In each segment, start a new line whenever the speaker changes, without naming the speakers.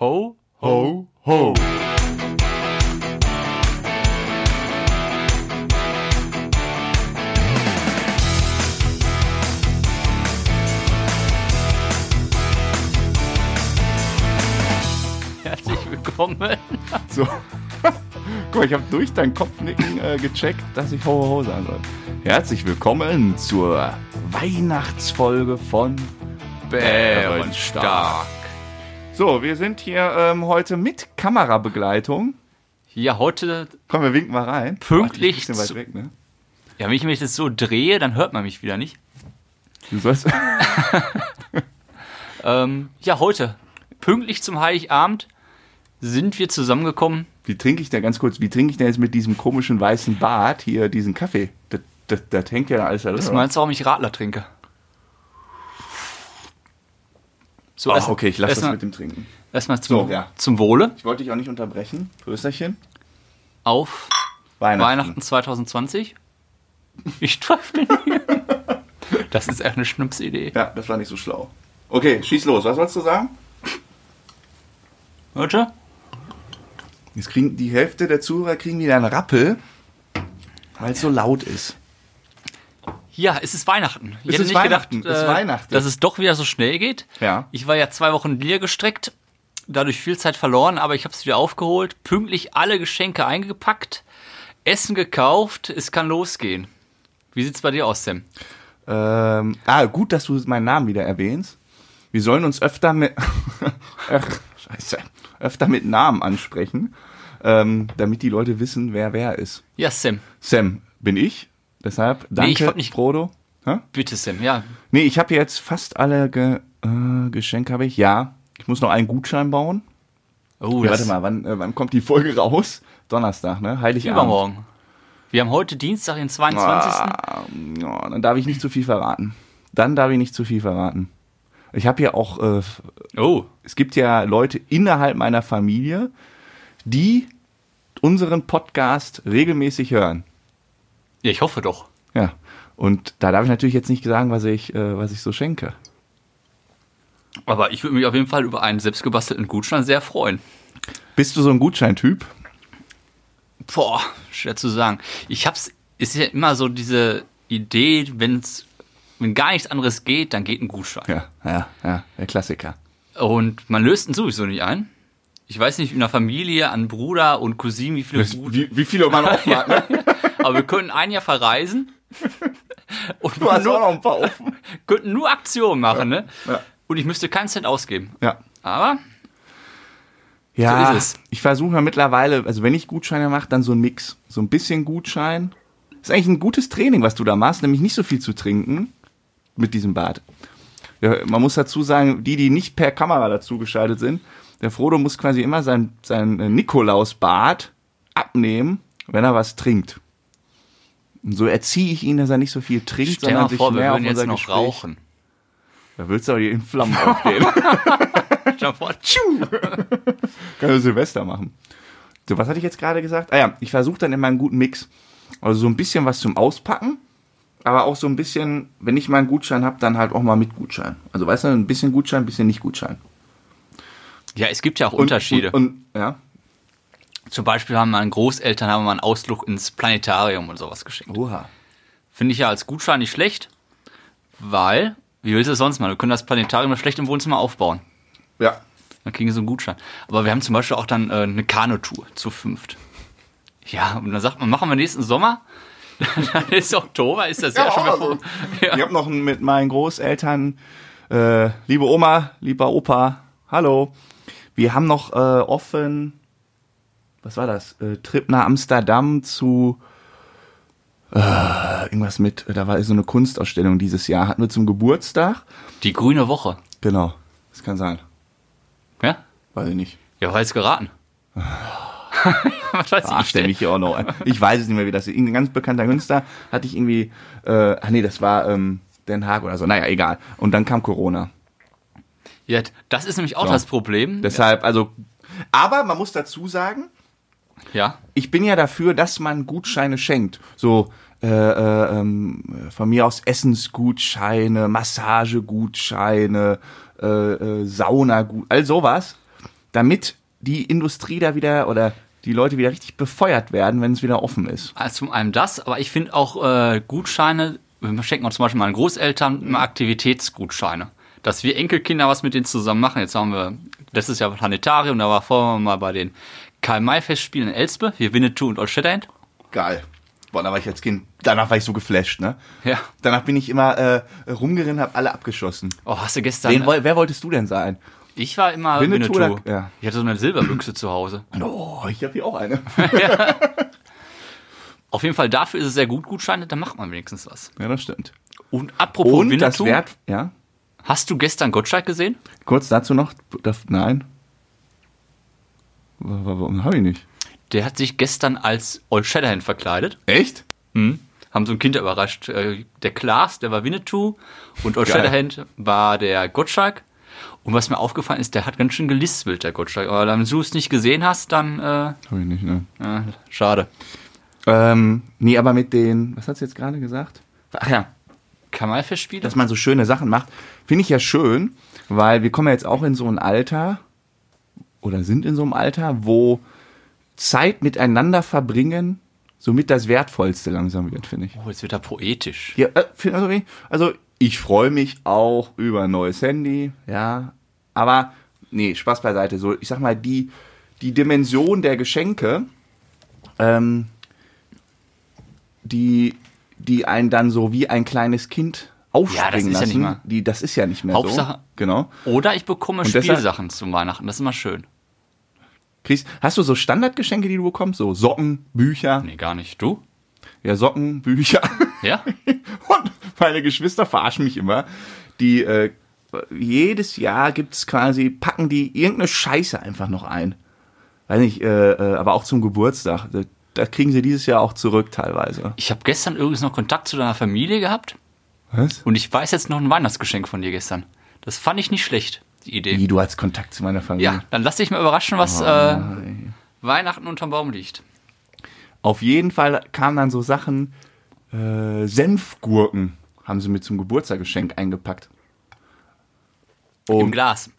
Ho,
Ho, ho.
herzlich willkommen.
So. Guck mal, ich habe durch dein Kopfnicken äh, gecheckt, dass ich Ho, ho, ho sagen soll. Herzlich willkommen zur Weihnachtsfolge von Bärenstark. So, wir sind hier ähm, heute mit Kamerabegleitung.
Ja, heute,
Komm, wir winken mal rein.
Pünktlich
Warte, ich bin ein
zu-
bisschen weit weg, ne?
ja, wenn ich mich jetzt so drehe, dann hört man mich wieder nicht.
Du sollst.
Ähm, ja, heute, pünktlich zum Heiligabend, sind wir zusammengekommen.
Wie trinke ich denn ganz kurz? Wie trinke ich denn jetzt mit diesem komischen weißen Bart hier diesen Kaffee? Das, das, das hängt ja alles da
Was
drin.
meinst du, warum ich Radler trinke? So,
Ach,
erst-
Oh, okay, ich lasse
erst
das
mal-
mit dem Trinken.
Erstmal zum,
So, ja.
zum Wohle
Ich wollte dich auch nicht unterbrechen. Prösterchen.
auf Weihnachten 2020. Ich treffe den hier. Das ist echt eine Schnupsidee.
Ja, das war nicht so schlau. Okay, schieß los. Was wolltest du sagen?
Leute,
Jetzt kriegen die Hälfte der Zuhörer kriegen wieder einen Rappel, weil es so laut ist.
Ja, es ist Weihnachten. Ich
Es
hätte
ist
nicht
Weihnachten,
gedacht, äh,
es ist Weihnachten.
dass es doch wieder so schnell geht.
Ja.
Ich war ja zwei Wochen niedergestreckt, dadurch viel Zeit verloren, aber ich habe es wieder aufgeholt, pünktlich alle Geschenke eingepackt, Essen gekauft, es kann losgehen. Wie sieht's bei dir aus, Sam?
Ähm, ah, gut, dass du meinen Namen wieder erwähnst. Wir sollen uns öfter mit Ach, Scheiße, öfter mit Namen ansprechen, ähm, damit die Leute wissen, wer wer ist.
Ja, Sam.
Sam bin ich, deshalb danke,
ich wollte nicht-
Frodo. Hä?
Bitte, Sam. Ja,
Nee, ich habe jetzt fast alle Ge äh, Geschenke habe ich. Ja, ich muss noch einen Gutschein bauen.
Oh,
Warte mal, wann, äh, wann kommt die Folge raus? Donnerstag, ne? Heiligabend.
Übermorgen. Wir haben heute Dienstag, den 22.
Ah, ja, dann darf ich nicht zu viel verraten. Dann darf ich nicht zu viel verraten. Ich habe ja auch, äh,
Oh.
es gibt ja Leute innerhalb meiner Familie, die unseren Podcast regelmäßig hören.
Ja, ich hoffe doch.
Ja. Und da darf ich natürlich jetzt nicht sagen, was ich, äh, was ich so schenke.
Aber ich würde mich auf jeden Fall über einen selbstgebastelten Gutschein sehr freuen.
Bist du so ein Gutscheintyp?
Boah, schwer zu sagen. Ich hab's, ist ja immer so diese Idee, wenn's, wenn gar nichts anderes geht, dann geht ein Gutschein.
Ja, ja, ja, der Klassiker.
Und man löst ihn sowieso nicht ein. Ich weiß nicht, in der Familie, an Bruder und Cousinen, wie viele Gutscheine.
Wie, wie viele man aufmacht, ne?
Aber wir können ein Jahr verreisen und
Du hast auch
nur,
noch ein paar offen.
könnten nur Aktionen machen, ne?
ja.
Und ich müsste keinen Cent ausgeben.
Ja.
Aber
Ja,
So ist es.
ich versuche ja mittlerweile, also wenn ich Gutscheine mache, dann so ein Mix. So ein bisschen Gutschein. Ist eigentlich ein gutes Training, was du da machst, nämlich nicht so viel zu trinken mit diesem Bad. Ja, man muss dazu sagen, die, die nicht per Kamera dazugeschaltet sind, der Frodo muss quasi immer sein, sein äh, Nikolausbad abnehmen, wenn er was trinkt. Und so erziehe ich ihn, dass er nicht so viel trinkt,
stell
sondern
mal
sich
vor, wir
mehr auf
würden
unser
jetzt noch
Gespräch.
rauchen.
Da würdest du aber die in Flammen aufgehen.
Stell mal vor, tschu.
Können wir Silvester machen. So, was hatte ich jetzt gerade gesagt? Ah ja, ich versuche dann immer einen guten Mix. Also so ein bisschen was zum Auspacken, aber auch so ein bisschen, wenn ich mal einen Gutschein habe, dann halt auch mal mit Gutschein. Also weißt du, ein bisschen Gutschein, ein bisschen nicht Gutschein.
Ja, es gibt ja auch
Und-
Unterschiede.
Und, und ja.
Zum Beispiel haben meine Großeltern haben mal einen Ausflug ins Planetarium und sowas geschenkt.
Oha.
Finde ich ja als Gutschein nicht schlecht, weil, wie willst du es sonst machen? Wir können das Planetarium doch schlecht im Wohnzimmer aufbauen.
Ja.
Dann kriegen sie so einen Gutschein. Aber wir haben zum Beispiel auch dann äh, eine Kanutour zu fünft. Ja, und dann sagt man, machen wir nächsten Sommer. dann ist Oktober, ist das ja,
Ja,
schon
also.
also. ja.
Ich habe noch einen mit meinen Großeltern, äh, liebe Oma, lieber Opa, hallo. Wir haben noch äh, offen, was war das? Äh, Trip nach Amsterdam zu äh, irgendwas mit, da war so eine Kunstausstellung dieses Jahr, hatten wir zum Geburtstag.
Die grüne Woche.
Genau, das kann sein.
Ja?
Weiß ich nicht.
Ja, war jetzt geraten. Was weiß
Ach,
ich
Ah, stell
denn?
mich hier auch noch ein. Ich weiß es nicht mehr, wie das ist. Irgendein ganz bekannter Künstler hatte ich irgendwie, äh, ach nee, das war ähm, Den Haag oder so. Naja, egal. Und dann kam Corona.
Ja, das ist nämlich auch
So.
das Problem.
Deshalb, also, aber man muss dazu sagen,
ja.
ich bin ja dafür, dass man Gutscheine schenkt. So äh, äh, ähm, von mir aus Essensgutscheine, Massagegutscheine, äh, äh, Sauna, all sowas. damit die Industrie da wieder oder die Leute wieder richtig befeuert werden, wenn es wieder offen ist.
Also zum einen das, aber ich finde auch äh, Gutscheine, wir schenken auch zum Beispiel meinen Großeltern immer Aktivitätsgutscheine. Dass wir Enkelkinder was mit denen zusammen machen. Jetzt haben wir letztes Jahr Planetarium, da war vorher mal bei den Karl-May-Festspielen in Elspe, hier Winnetou und Old Shatterhand.
Geil. Boah, da war ich als Kind, danach war ich so geflasht, ne?
Ja.
Danach bin ich immer äh, rumgerannt, hab alle abgeschossen.
Oh, hast du gestern.
Wen, woll- wer wolltest du denn sein?
ich war immer
Winnetou
Winnetou.
oder- ja.
Ich hatte so eine Silberbüchse zu Hause.
Oh, ich habe hier auch eine.
Auf jeden Fall dafür ist es sehr gut, Gutscheine, da macht man wenigstens was.
Ja, das stimmt.
Und apropos
Und das
Winnetou,
Wert, ja,
hast du gestern Gottschalk gesehen?
kurz dazu noch, das, nein. Wa- wa- Warum habe ich nicht?
Der hat sich gestern als Old Shatterhand verkleidet.
Echt?
Mhm. Haben so ein Kind überrascht. Äh, Der Klaas, der war Winnetou und Old
Geil.
Shatterhand war der Gottschalk. Und was mir aufgefallen ist, der hat ganz schön gelispelt, der Gottschalk. Aber wenn du es nicht gesehen hast, dann äh,
Habe ich nicht, ne?
äh, schade.
Ähm, nee, aber mit den, was hat's jetzt gerade gesagt? Ach ja,
Kamalfischspiele?
dass man so schöne Sachen macht, finde ich ja schön, weil wir kommen ja jetzt auch in so ein Alter oder sind in so einem Alter, wo Zeit miteinander verbringen somit das Wertvollste langsam wird, finde ich.
Oh, jetzt wird er poetisch.
Ja, äh, find- also, ich- also ich freue mich auch über ein neues Handy, ja. Aber nee, Spaß beiseite. So, ich sag mal, die, die Dimension der Geschenke, ähm, die, die einen dann so wie ein kleines Kind aufspringen
Ja, das ist ja
lassen,
nicht mal-
die, das ist ja nicht mehr so.
Hauptsache-
Genau.
Oder ich bekomme
deshalb-
Spielsachen zum Weihnachten, das ist immer schön.
Chris, hast du so Standardgeschenke, die du bekommst? So Socken, Bücher.
Nee, gar nicht. Du?
Ja, Socken, Bücher.
Ja?
Und meine Geschwister verarschen mich immer. Die äh, jedes Jahr gibt's quasi, packen die irgendeine Scheiße einfach noch ein. Weiß nicht, äh, äh, aber auch zum Geburtstag. Da, da kriegen sie dieses Jahr auch zurück teilweise.
Ich habe gestern übrigens noch Kontakt zu deiner Familie gehabt
Was?
und ich weiß jetzt noch ein Weihnachtsgeschenk von dir gestern. Das fand ich nicht schlecht, die Idee.
Wie, du hast Kontakt zu meiner Familie. Oh
Ja, dann lass dich mal überraschen, was äh, Weihnachten unterm Baum liegt.
Auf jeden Fall kamen dann so Sachen, äh, Senfgurken haben sie mir zum Geburtstagsgeschenk eingepackt.
Im
Und
Glas.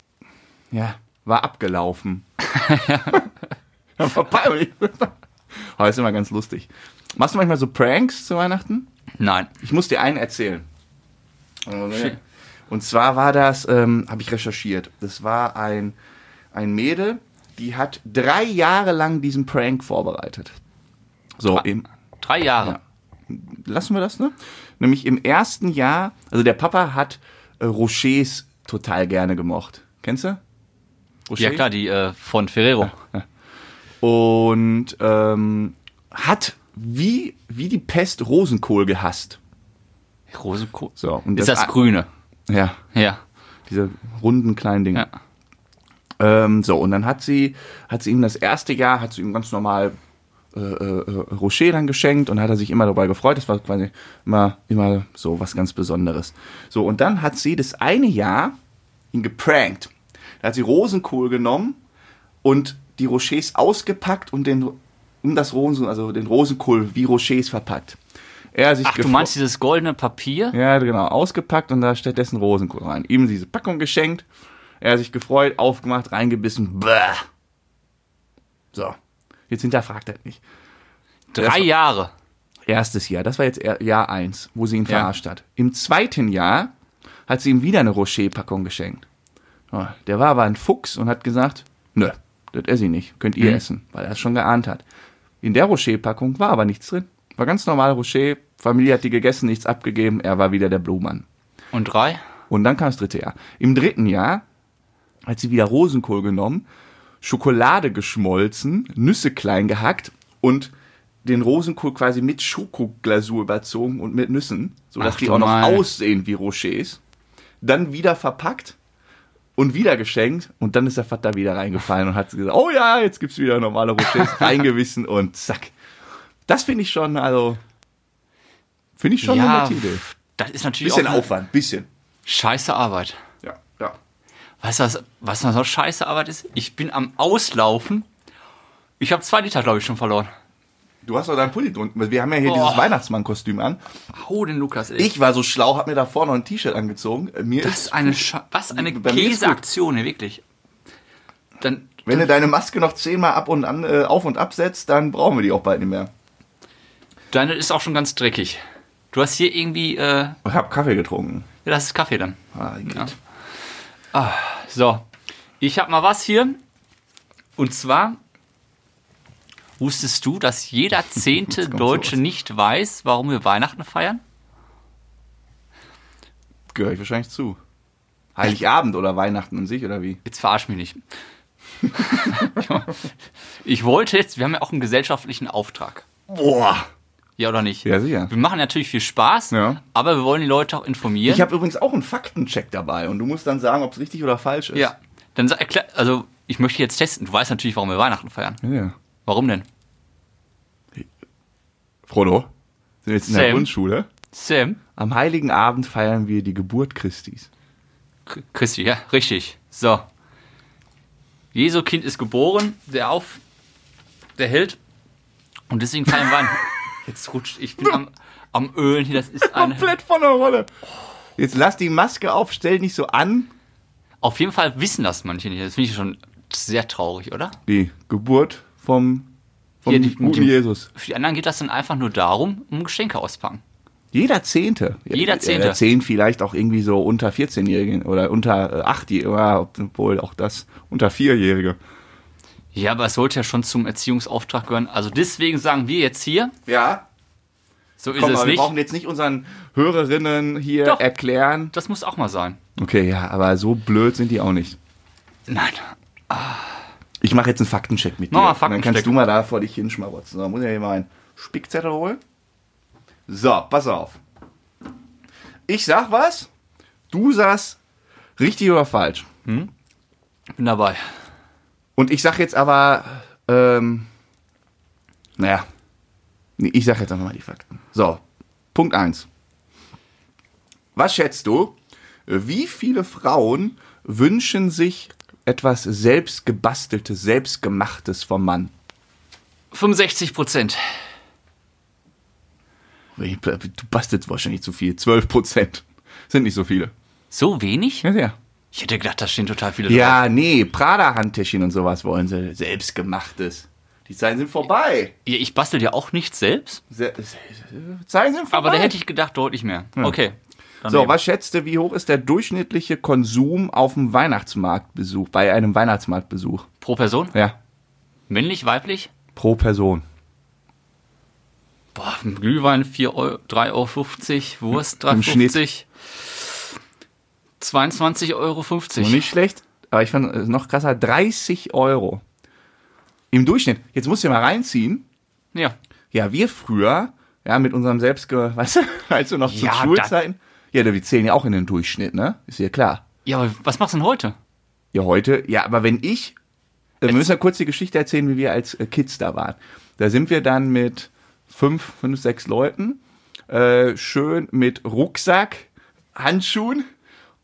Ja, war abgelaufen. ja. Vorbei. Aber Oh, ist immer ganz lustig. Machst du manchmal so Pranks zu Weihnachten?
Nein.
Ich muss dir einen erzählen. Und zwar war das, ähm, habe ich recherchiert, das war ein, ein Mädel, die hat drei Jahre lang diesen Prank vorbereitet. So, im,
Drei Jahre.
Ja. lassen wir das, ne? Nämlich im ersten Jahr, also der Papa hat äh, Rochers total gerne gemocht. Kennst du? Rocher?
Ja, klar, die äh, von Ferrero.
und ähm, hat wie, wie die Pest Rosenkohl gehasst.
Rosenkohl.
So, und
Ist das
das-
Grüne?
Ja,
Ja.
diese runden kleinen Dinge.
ja.
Ähm, so, und dann hat sie, hat sie ihm das erste Jahr, hat sie ihm ganz normal äh, äh, Rocher dann geschenkt und hat er sich immer dabei gefreut. Das war quasi immer, immer so was ganz Besonderes. So, und dann hat sie das eine Jahr ihn geprankt. Da hat sie Rosenkohl genommen und die Rochers ausgepackt und den, um das Rosen, also den Rosenkohl wie Rochers verpackt. Er hat sich
Ach, du
gefreut-
meinst dieses goldene Papier?
ja, genau. Ausgepackt und da stattdessen Rosenkohl rein. Ihm diese Packung geschenkt. Er hat sich gefreut, aufgemacht, reingebissen. Bäh. So. Jetzt hinterfragt er nicht. Das war-
Drei Jahre.
Erstes Jahr, das war jetzt eher Jahr eins, wo sie ihn verarscht hat. Im zweiten Jahr hat sie ihm wieder eine Rocher-Packung geschenkt. Oh, Der war aber ein Fuchs und hat gesagt, nö, das esse ich nicht, könnt ihr
Mhm.
essen, weil er es schon geahnt hat. In der Rocher-Packung war aber nichts drin. War ganz normal Rocher, Familie hat die gegessen, nichts abgegeben, er war wieder der Blumann.
Und drei?
Und dann kam das dritte Jahr. Im dritten Jahr hat sie wieder Rosenkohl genommen, Schokolade geschmolzen, Nüsse klein gehackt und den Rosenkohl quasi mit Schokoglasur überzogen und mit Nüssen, sodass
Ach
die
du
auch noch
meine.
aussehen wie Rochers. Dann wieder verpackt und wieder geschenkt und dann ist der Vater wieder reingefallen und hat gesagt, oh ja, jetzt gibt's wieder normale Rochers, reingewissen und zack. Das finde ich schon, also, finde ich schon eine
ja,
nette Idee.
pf, das ist natürlich
Bisschen
auch eine
Aufwand, bisschen.
scheiße Arbeit.
Ja, ja.
Weißt du, was, was noch so scheiße Arbeit ist? Ich bin am Auslaufen. Ich habe zwei Liter, glaube ich, schon verloren.
Du hast doch deinen Pulli drunter. Wir haben ja hier
Boah.
dieses Weihnachtsmann-Kostüm an.
Hau den Lukas, ey.
Ich war so schlau, hab mir da vorne ein T-Shirt angezogen. Äh, Mir
Das
ist
ist eine Scha was eine
Bei mir ist gut.
Käseaktion, ey, wirklich. Dann
Wenn du deine Maske noch zehnmal ab und an, äh, auf und absetzt, dann brauchen wir die auch bald nicht mehr.
Deine ist auch schon ganz dreckig. Du hast hier irgendwie, äh, ja,
Ich habe Kaffee getrunken.
das ist Kaffee dann.
Ah, geht.
Ja. So, ich habe mal was hier. Und zwar wusstest du, dass jeder zehnte
kommt
Deutsche
sowas.
nicht weiß, warum wir Weihnachten feiern?
Gehöre ich wahrscheinlich zu. Heiligabend oder Weihnachten an sich oder wie?
Jetzt verarsch mich nicht. ich wollte jetzt, wir haben ja auch einen gesellschaftlichen Auftrag.
Boah.
Ja oder nicht?
Ja, sicher.
Wir machen natürlich viel Spaß,
Ja.
aber wir wollen die Leute auch informieren.
Ich habe übrigens auch einen Faktencheck dabei und du musst dann sagen, ob es richtig oder falsch ist.
ja. Dann sa- erklär, also ich möchte jetzt testen. Du weißt natürlich, warum wir Weihnachten feiern.
ja.
Warum denn?
Frodo, sind wir jetzt in der
Sam.
Grundschule?
Sam?
Am heiligen Abend feiern wir die Geburt Christis.
K- Christi, ja, richtig. So. Jesu Kind ist geboren, der auf, der hält. Und deswegen feiern wir an. Jetzt rutscht, ich bin am, am Ölen hier, das ist eine.
Komplett von der Rolle. Jetzt lass die Maske auf, stell nicht so an.
Auf jeden Fall wissen das manche nicht. Das finde ich schon sehr traurig, oder?
Die Geburt vom, vom
Hier, die-
guten
die-
Jesus.
Für die anderen geht das dann einfach nur darum, um Geschenke auspacken.
Jeder Zehnte.
Jeder Zehnte.
Jeder Zehn vielleicht auch irgendwie so unter 14-Jährigen oder unter äh, 8-Jährigen, ja, obwohl auch das unter 4-Jährige.
Ja, aber es sollte ja schon zum Erziehungsauftrag gehören. Also deswegen sagen wir jetzt hier,
Ja,
so ist
komm
es
mal, wir
nicht.
brauchen jetzt nicht unseren Hörerinnen hier
Doch.
erklären.
Das muss auch mal sein.
Okay, ja, aber so blöd sind die auch nicht.
Nein.
Ich mache jetzt einen Faktencheck mit dir.
Mach mal
Und Dann
Faktencheck.
kannst du mal da vor dich hinschmarotzen. Da muss ich ja hier mal einen Spickzettel holen. So, pass auf. Ich sag was, du sagst richtig oder falsch.
Bin dabei.
Und ich sag jetzt aber, ähm, naja, nee, ich sag jetzt einfach mal die Fakten. So, Punkt 1. Was schätzt du, wie viele Frauen wünschen sich etwas selbstgebasteltes, selbstgemachtes vom Mann?
65 Prozent.
Du bastelst wahrscheinlich zu viel. 12 Prozent. Sind nicht so viele.
So wenig?
Ja, ja.
Ich hätte gedacht, da stehen total viele drauf.
Ja, nee, Prada-Handtäschchen und sowas wollen sie. Selbstgemachtes. Die Zeiten sind vorbei.
Ja, Ich bastel ja auch nicht selbst,
Se se se- Zeiten sind vorbei.
aber da hätte ich gedacht, deutlich mehr. Okay.
so,
Daneben.
was schätzt du, wie hoch ist der durchschnittliche Konsum auf dem Weihnachtsmarktbesuch, bei einem Weihnachtsmarktbesuch?
Pro Person?
Ja,
Männlich, weiblich?
pro Person.
Boah, Glühwein 4 Euro, 3,50 Euro, Wurst
Im
3,50 22,50 Euro.
Und nicht schlecht, aber ich fand äh, noch krasser, 30 Euro. Im Durchschnitt. Jetzt musst du dir mal reinziehen.
Ja.
Ja, wir früher, ja, mit unserem Selbstge... Weißt du, als du noch zu
Ja,
Schulzeiten... Ja, da- wir zählen ja auch in den Durchschnitt, ne? Ist ja klar.
Ja, aber was machst du denn heute?
Ja, heute, ja, aber wenn ich, äh, wir müssen ja kurz die Geschichte erzählen, wie wir als äh, Kids da waren. Da sind wir dann mit fünf, fünf, sechs Leuten, äh, schön mit Rucksack, Handschuhen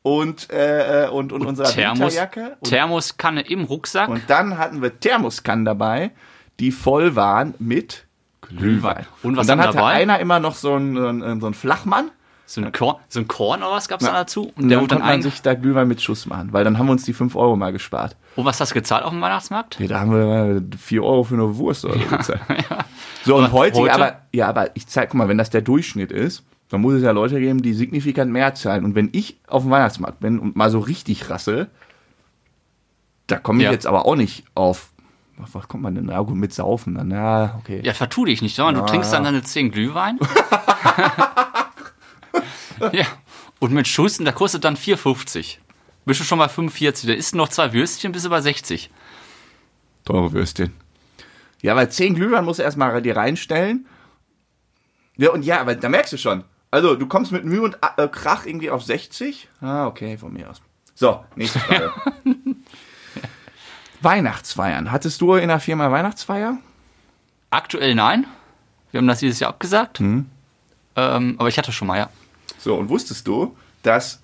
und, äh, äh, und, und, unserer
Thermos,
Winterjacke. Und,
Thermoskanne im Rucksack.
und dann hatten wir Thermoskannen dabei, die voll waren mit Glühwein.
Und was
dann
haben
hatte
dabei?
einer immer noch so einen, so einen, so einen Flachmann.
so, ein Korn, so ein Korn oder was gab's da dazu? Und
Und
der
dann
wurde
konnte
dann
man
ein.
sich da Glühwein mit Schuss machen, weil dann haben wir uns die fünf Euro mal gespart.
Und was hast du gezahlt auf dem Weihnachtsmarkt?
Ja, da haben wir mal 4 Euro für eine Wurst oder so gezahlt. So, und heute,
heute?
aber, ja, aber ich zeig, guck mal, wenn das der Durchschnitt ist, dann muss es ja Leute geben, die signifikant mehr zahlen. Und wenn ich auf dem Weihnachtsmarkt bin und mal so richtig rassel, da komme ich
Ja.
jetzt aber auch nicht auf, auf was kommt man denn da? Gut, mit Saufen dann, ja, okay.
Ja, vertu dich nicht, sondern du trinkst dann deine 10 Glühwein. ja. Und mit Schuss, und da kostet dann 4,50. Bist du schon bei 45. Da isst noch zwei Würstchen, bist du bei 60.
Teure Würstchen. Ja, aber 10 Glühwein musst du erstmal dir reinstellen. Ja, und ja, aber da merkst du schon. Also, du kommst mit Mühe und äh, Krach irgendwie auf 60. Ah, okay, von mir aus. So, nächste Frage. Weihnachtsfeiern. Hattest du in der Firma Weihnachtsfeier?
Aktuell nein. Wir haben das dieses Jahr abgesagt.
Hm.
Ähm, aber ich hatte schon mal, ja.
So, und wusstest du, dass,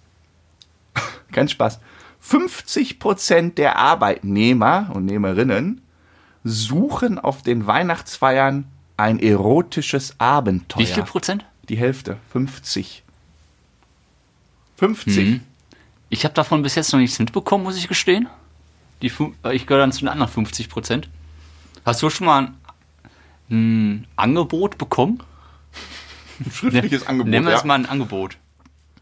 ganz Spaß, 50% der Arbeitnehmer und Nehmerinnen suchen auf den Weihnachtsfeiern ein erotisches Abenteuer.
Wie viel Prozent?
Die Hälfte. 50. 50.
Mhm. Ich habe davon bis jetzt noch nichts mitbekommen, muss ich gestehen. die, fün- äh, ich gehöre dann zu den anderen 50 Prozent. Hast du schon mal ein, ein Angebot bekommen?
Ein schriftliches Angebot.
Nennen wir
ja.
es mal ein Angebot.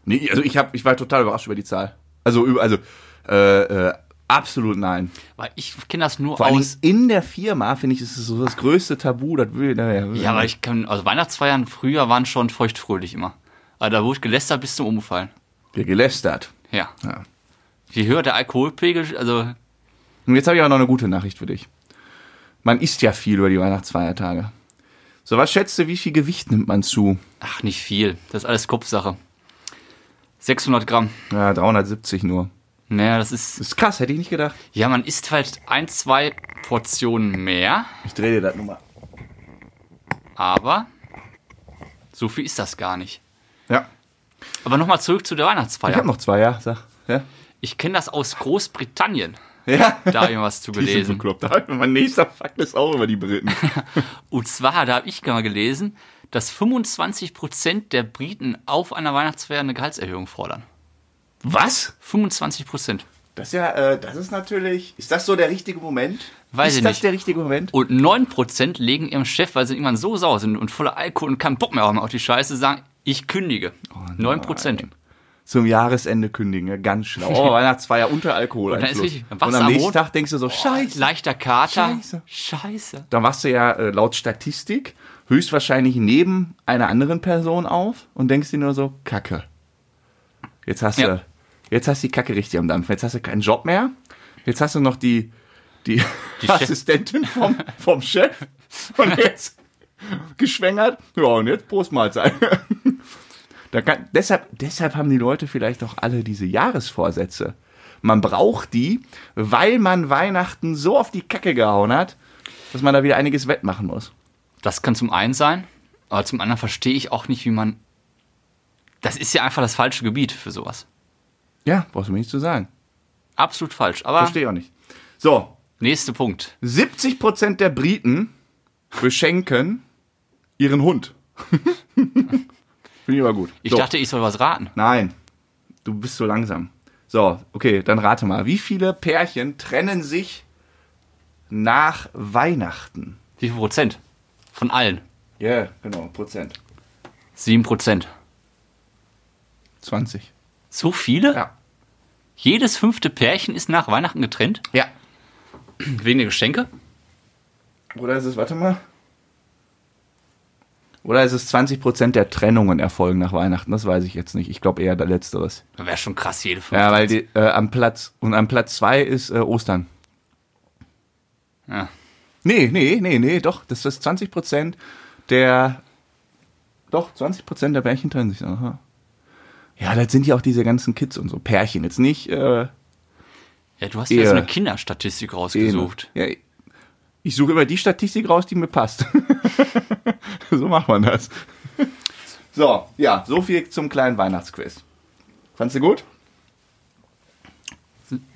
Nee, also ich, hab, ich war total überrascht über die Zahl. Also, über, also äh, äh, absolut nein.
Weil ich kenne das nur
Vor allem
aus.
in der Firma, finde ich, ist es so das größte Tabu. Das will, naja,
Ja, aber ich kann, also Weihnachtsfeiern früher waren schon feuchtfröhlich immer. Also da wurde gelästert bis zum Umfallen.
Ja, gelästert.
Ja.
Ja.
Je höher der Alkoholpegel, also
Und jetzt habe ich auch noch eine gute Nachricht für dich. Man isst ja viel über die Weihnachtsfeiertage. So, was schätzt du, wie viel Gewicht nimmt man zu?
Ach, nicht viel. Das ist alles Kopfsache. 600 Gramm.
Ja, 370 nur.
Naja, das ist.
Das ist krass, hätte ich nicht gedacht.
Ja, man isst halt ein, zwei Portionen mehr,
Ich drehe dir das nochmal.
aber so viel ist das gar nicht.
Ja.
Aber nochmal zurück zu der
Ich habe
Weihnachtsfeier.
noch zwei, ja. Sag. Ja?
Ich kenne das aus Großbritannien.
Ja.
Da habe ich mal was zu
Die sind
gelesen.
bekloppt. Da hat Mein nächster Fakt ist auch über die Briten.
Und zwar, da habe ich mal gelesen, dass 25% der Briten auf einer Weihnachtsfeier eine Gehaltserhöhung fordern.
Was?
25%.
Das ist ja, äh, das ist natürlich. Ist das so der richtige Moment?
Weiß
ist
ich
das
nicht.
der richtige Moment?
Und 9% legen ihrem Chef, weil sie irgendwann so sauer sind und voller Alkohol und keinen Bock mehr haben auf die Scheiße, sagen, ich kündige.
Oh nein.
9%.
Zum Jahresende kündigen, ja, ganz schlau. Oh, Weihnachtsfeier unter Alkohol. Und,
dann ist richtig- dann
und
wachst
am
du am
nächsten
Mond-
Tag denkst du so, scheiße.
Leichter Kater.
Scheiße.
Scheiße.
Dann wachst du ja äh, laut Statistik höchstwahrscheinlich neben einer anderen Person auf und denkst dir nur so, Kacke. Jetzt hast
Ja.
du, jetzt hast du die Kacke richtig am Dampfen. Jetzt hast du keinen Job mehr. Jetzt hast du noch die, die,
Chef-
Assistentin vom, vom Chef. Und jetzt geschwängert. Ja, und jetzt Postmahlzeit. Da kann, deshalb, deshalb haben die Leute vielleicht auch alle diese Jahresvorsätze. Man braucht die, weil man Weihnachten so auf die Kacke gehauen hat, dass man da wieder einiges wettmachen muss.
Das kann zum einen sein, aber zum anderen verstehe ich auch nicht, wie man. Das ist ja einfach das falsche Gebiet für sowas.
Ja, brauchst du mir nichts zu sagen.
Absolut falsch. Aber
Verstehe auch nicht. So,
nächster Punkt.
70% der Briten beschenken ihren Hund. Finde ich aber gut.
Ich
so.
dachte, ich soll was raten.
Nein, du bist so langsam. So, okay, dann rate mal. Wie viele Pärchen trennen sich nach Weihnachten?
Wie viel Prozent? Von allen.
Ja, genau, Prozent.
7 Prozent.
20.
So viele?
Ja.
Jedes fünfte Pärchen ist nach Weihnachten getrennt?
Ja.
Wegen der Geschenke?
Oder ist es, warte mal. Oder ist es 20% der Trennungen erfolgen nach Weihnachten? Das weiß ich jetzt nicht. Ich glaube eher der Letzteres.
Das wäre schon krass, jede fünfte.
Ja, weil die, äh, am Platz, und am Platz 2 ist äh, Ostern.
Ja.
Nee, nee, nee, nee, doch, das ist 20% der. Doch, 20% der Pärchen trennen sich. Aha. Ja, das sind ja auch diese ganzen Kids und so. Pärchen jetzt nicht. Äh,
Ja, du hast ja so
Ehe.
eine Kinderstatistik rausgesucht.
Ja, ich suche immer die Statistik raus, die mir passt. so macht man das. So, ja, so viel zum kleinen Weihnachtsquiz. Fandst du gut?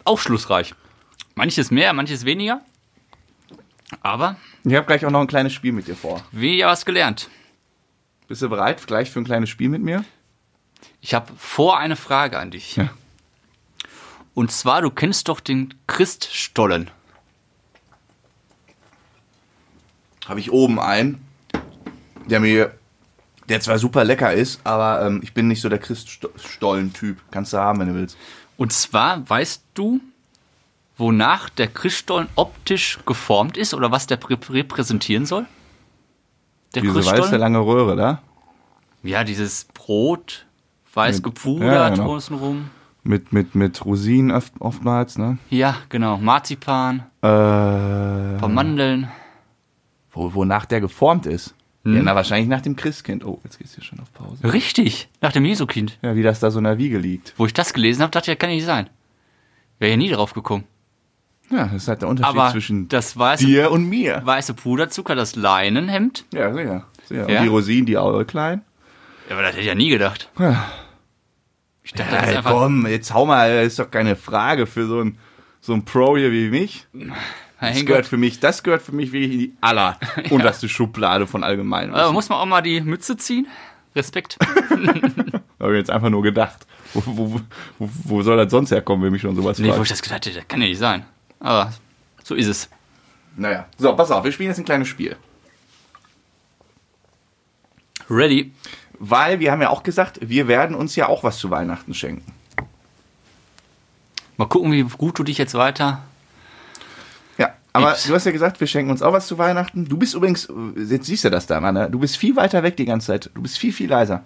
Aufschlussreich. Manches mehr, manches weniger. Aber
Ich habe gleich auch noch ein kleines Spiel mit dir vor.
weniger was gelernt.
Bist du bereit gleich für ein kleines Spiel mit mir?
Ich habe vor eine Frage an dich.
Ja.
Und zwar, du kennst doch den Christstollen.
habe ich oben einen, der mir, der zwar super lecker ist, aber ähm, ich bin nicht so der Christstollen-Typ. Kannst du haben, wenn du willst.
Und zwar weißt du, wonach der Christstollen optisch geformt ist oder was der prä- repräsentieren soll? Der
Diese weiße lange Röhre da,
Ja, dieses Brot, weiß
Mit-
gepudert
ja, genau.
außenrum.
mit, mit, mit Rosinen oft, oftmals, ne?
Ja, genau. Marzipan,
Äh,
paar Mandeln.
wo, wonach der geformt ist. Ja, na, wahrscheinlich nach dem Christkind. Oh, jetzt gehst du schon auf Pause.
Richtig, nach dem Jesukind.
Ja, wie das da so in der Wiege liegt.
Wo ich das gelesen habe, dachte ich, das kann nicht sein. Wäre ja nie drauf gekommen.
Ja, das ist halt der Unterschied
Aber
zwischen
das weiße,
dir und mir.
weiße Puderzucker, das Leinenhemd,
Ja, sicher. sicher.
Ja?
Und die Rosinen, die auch klein.
ja, aber das hätte ich ja nie gedacht. Ich dachte, das ist
Ja,
einfach...
komm, jetzt hau mal, ist doch keine Frage für so ein, so ein Pro hier wie mich. Das
Mein
gehört
Gott.
für mich, das gehört für mich wirklich in die aller unterste Schublade von allgemein.
Also,
Das
muss man auch mal die Mütze ziehen? Respekt.
habe ich jetzt einfach nur gedacht. Wo, wo, wo, wo soll das sonst herkommen, wenn mich schon sowas
nee, wo
fragt?
ich das gedacht hätte, das kann ja nicht sein. Aber so ist es.
Naja. So, pass auf, wir spielen jetzt ein kleines Spiel.
Ready?
Weil wir haben ja auch gesagt, wir werden uns ja auch was zu Weihnachten schenken.
Mal gucken, wie gut du dich jetzt weiter.
Ja, aber
Ups.
du hast ja gesagt, wir schenken uns auch was zu Weihnachten. Du bist übrigens, äh, jetzt siehst du das da, Mann, ne? du bist viel weiter weg die ganze Zeit. Du bist viel, viel leiser.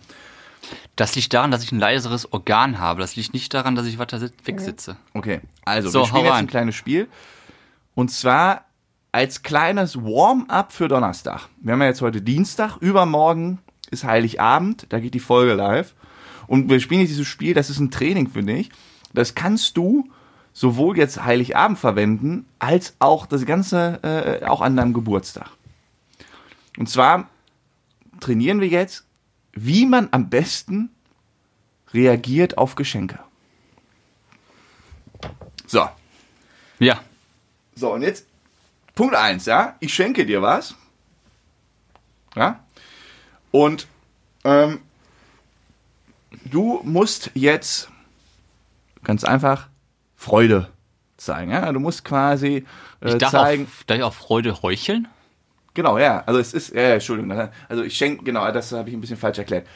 Das liegt daran, dass ich ein leiseres Organ habe. Das liegt nicht daran, dass ich weiter sit- weg sitze.
Okay, also
So,
wir spielen
hau
jetzt
rein.
ein kleines Spiel. Und zwar als kleines Warm-up für Donnerstag. Wir haben ja jetzt heute Dienstag, übermorgen ist Heiligabend, da geht die Folge live. Und wir spielen jetzt dieses Spiel, das ist ein Training für dich. Das kannst du sowohl jetzt Heiligabend verwenden, als auch das Ganze äh, auch an deinem Geburtstag. Und zwar trainieren wir jetzt, wie man am besten reagiert auf Geschenke. So,
Ja.
so, und jetzt Punkt 1, ja? Ich schenke dir was. Ja? Und ähm, du musst jetzt ganz einfach Freude zeigen, ja? Du musst quasi äh,
Ich darf auch,
zeigen.
darf ich auch Freude heucheln?
Genau, ja. Also es ist, ja, ja, Entschuldigung. Also ich schenke, genau, das habe ich ein bisschen falsch erklärt.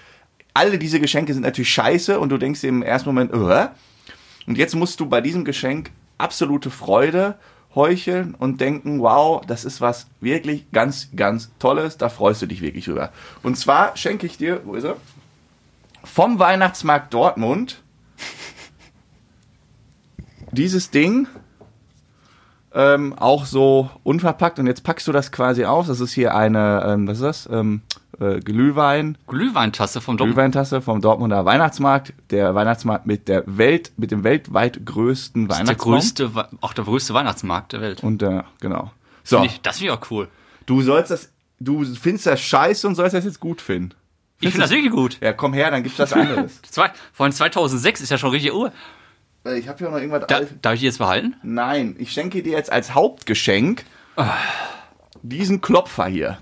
Alle diese Geschenke sind natürlich scheiße und du denkst dir im ersten Moment, äh? und jetzt musst du bei diesem Geschenk absolute Freude heucheln und denken, wow, das ist was wirklich ganz, ganz Tolles, da freust du dich wirklich drüber. Und zwar schenke ich dir, wo ist er? Vom Weihnachtsmarkt Dortmund dieses Ding, ähm, auch so unverpackt und jetzt packst du das quasi aus. Das ist hier eine, ähm, was ist das? Ähm, äh, Glühwein,
Glühweintasse vom Dom.
Glühweintasse vom Dortmunder Weihnachtsmarkt. Der Weihnachtsmarkt mit der Welt, mit dem weltweit größten
Der
Weihnachtsmarkt.
größte, Wei- auch der größte Weihnachtsmarkt der Welt.
Und äh, genau. So,
Finde ich- Das finde ich auch cool.
du sollst das, du findest das scheiße und sollst das jetzt gut finden.
Ich finde das wirklich gut.
Ja, komm her, dann gibt's das anderes.
Zwei, von 2006 ist ja schon richtig Uhr.
Äh, ich habe hier noch irgendwas.
Da,
alt-
darf ich die jetzt behalten?
Nein, ich schenke dir jetzt als Hauptgeschenk diesen Klopfer hier.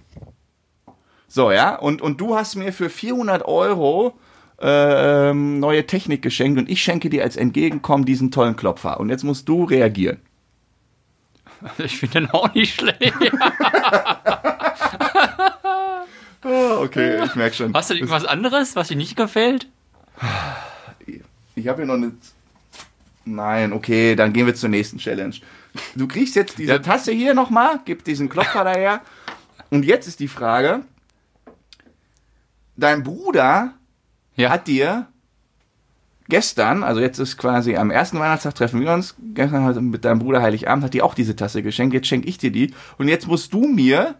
So, ja, und, und du hast mir für 400 Euro äh, ähm, neue Technik geschenkt und ich schenke dir als Entgegenkommen diesen tollen Klopfer. Und jetzt musst du reagieren.
Ich finde den auch nicht schlecht.
Ah, okay, ich merke schon.
Hast du denn irgendwas anderes, was dir nicht gefällt?
Ich habe hier noch eine. Nein, okay, dann gehen wir zur nächsten Challenge. Du kriegst jetzt diese
Ja.
Tasse hier nochmal, gib diesen Klopfer daher. Und jetzt ist die Frage: Dein Bruder
Ja.
hat dir gestern, also jetzt ist quasi am ersten Weihnachtstag treffen wir uns, gestern hat mit deinem Bruder Heiligabend, hat dir auch diese Tasse geschenkt, jetzt schenke ich dir die. Und jetzt musst du mir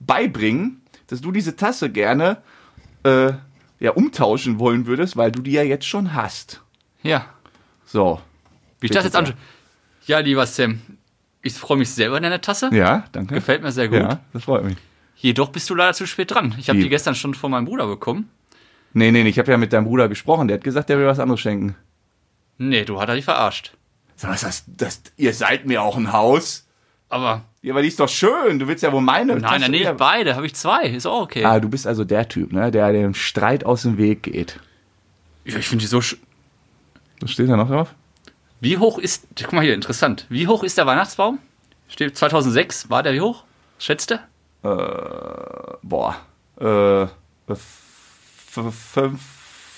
beibringen, dass du diese Tasse gerne äh, ja, umtauschen wollen würdest, weil du die ja jetzt schon hast.
ja.
So.
Wie ich das jetzt
Bitte
anschaue. Ja, lieber Sam, ich freue mich selber in deiner Tasse.
Ja, danke.
Gefällt mir sehr gut.
Ja, das freut mich.
Jedoch bist du leider zu spät dran. Ich habe
Wie?
die gestern schon von meinem Bruder bekommen.
Nee, nee, nee, ich habe ja mit deinem Bruder gesprochen, der hat gesagt, der will was anderes schenken.
Nee, du hat er dich verarscht.
Sag mal, ist das, das, ihr seid mir auch ein Haus.
Aber
Ja, aber die ist doch schön. Du willst ja wohl meine.
nein,
Tasse-
nein, nee,
ja.
beide. Habe ich zwei. Ist auch okay.
Ah, du bist also der Typ, ne, der dem Streit aus dem Weg geht.
Ja, ich finde die so. sch-
Was steht da noch drauf?
Wie hoch ist. Guck mal hier, interessant. Wie hoch ist der Weihnachtsbaum? Steht 2006. War der wie hoch? Schätzte?
Boah. Äh, f- f- fünf-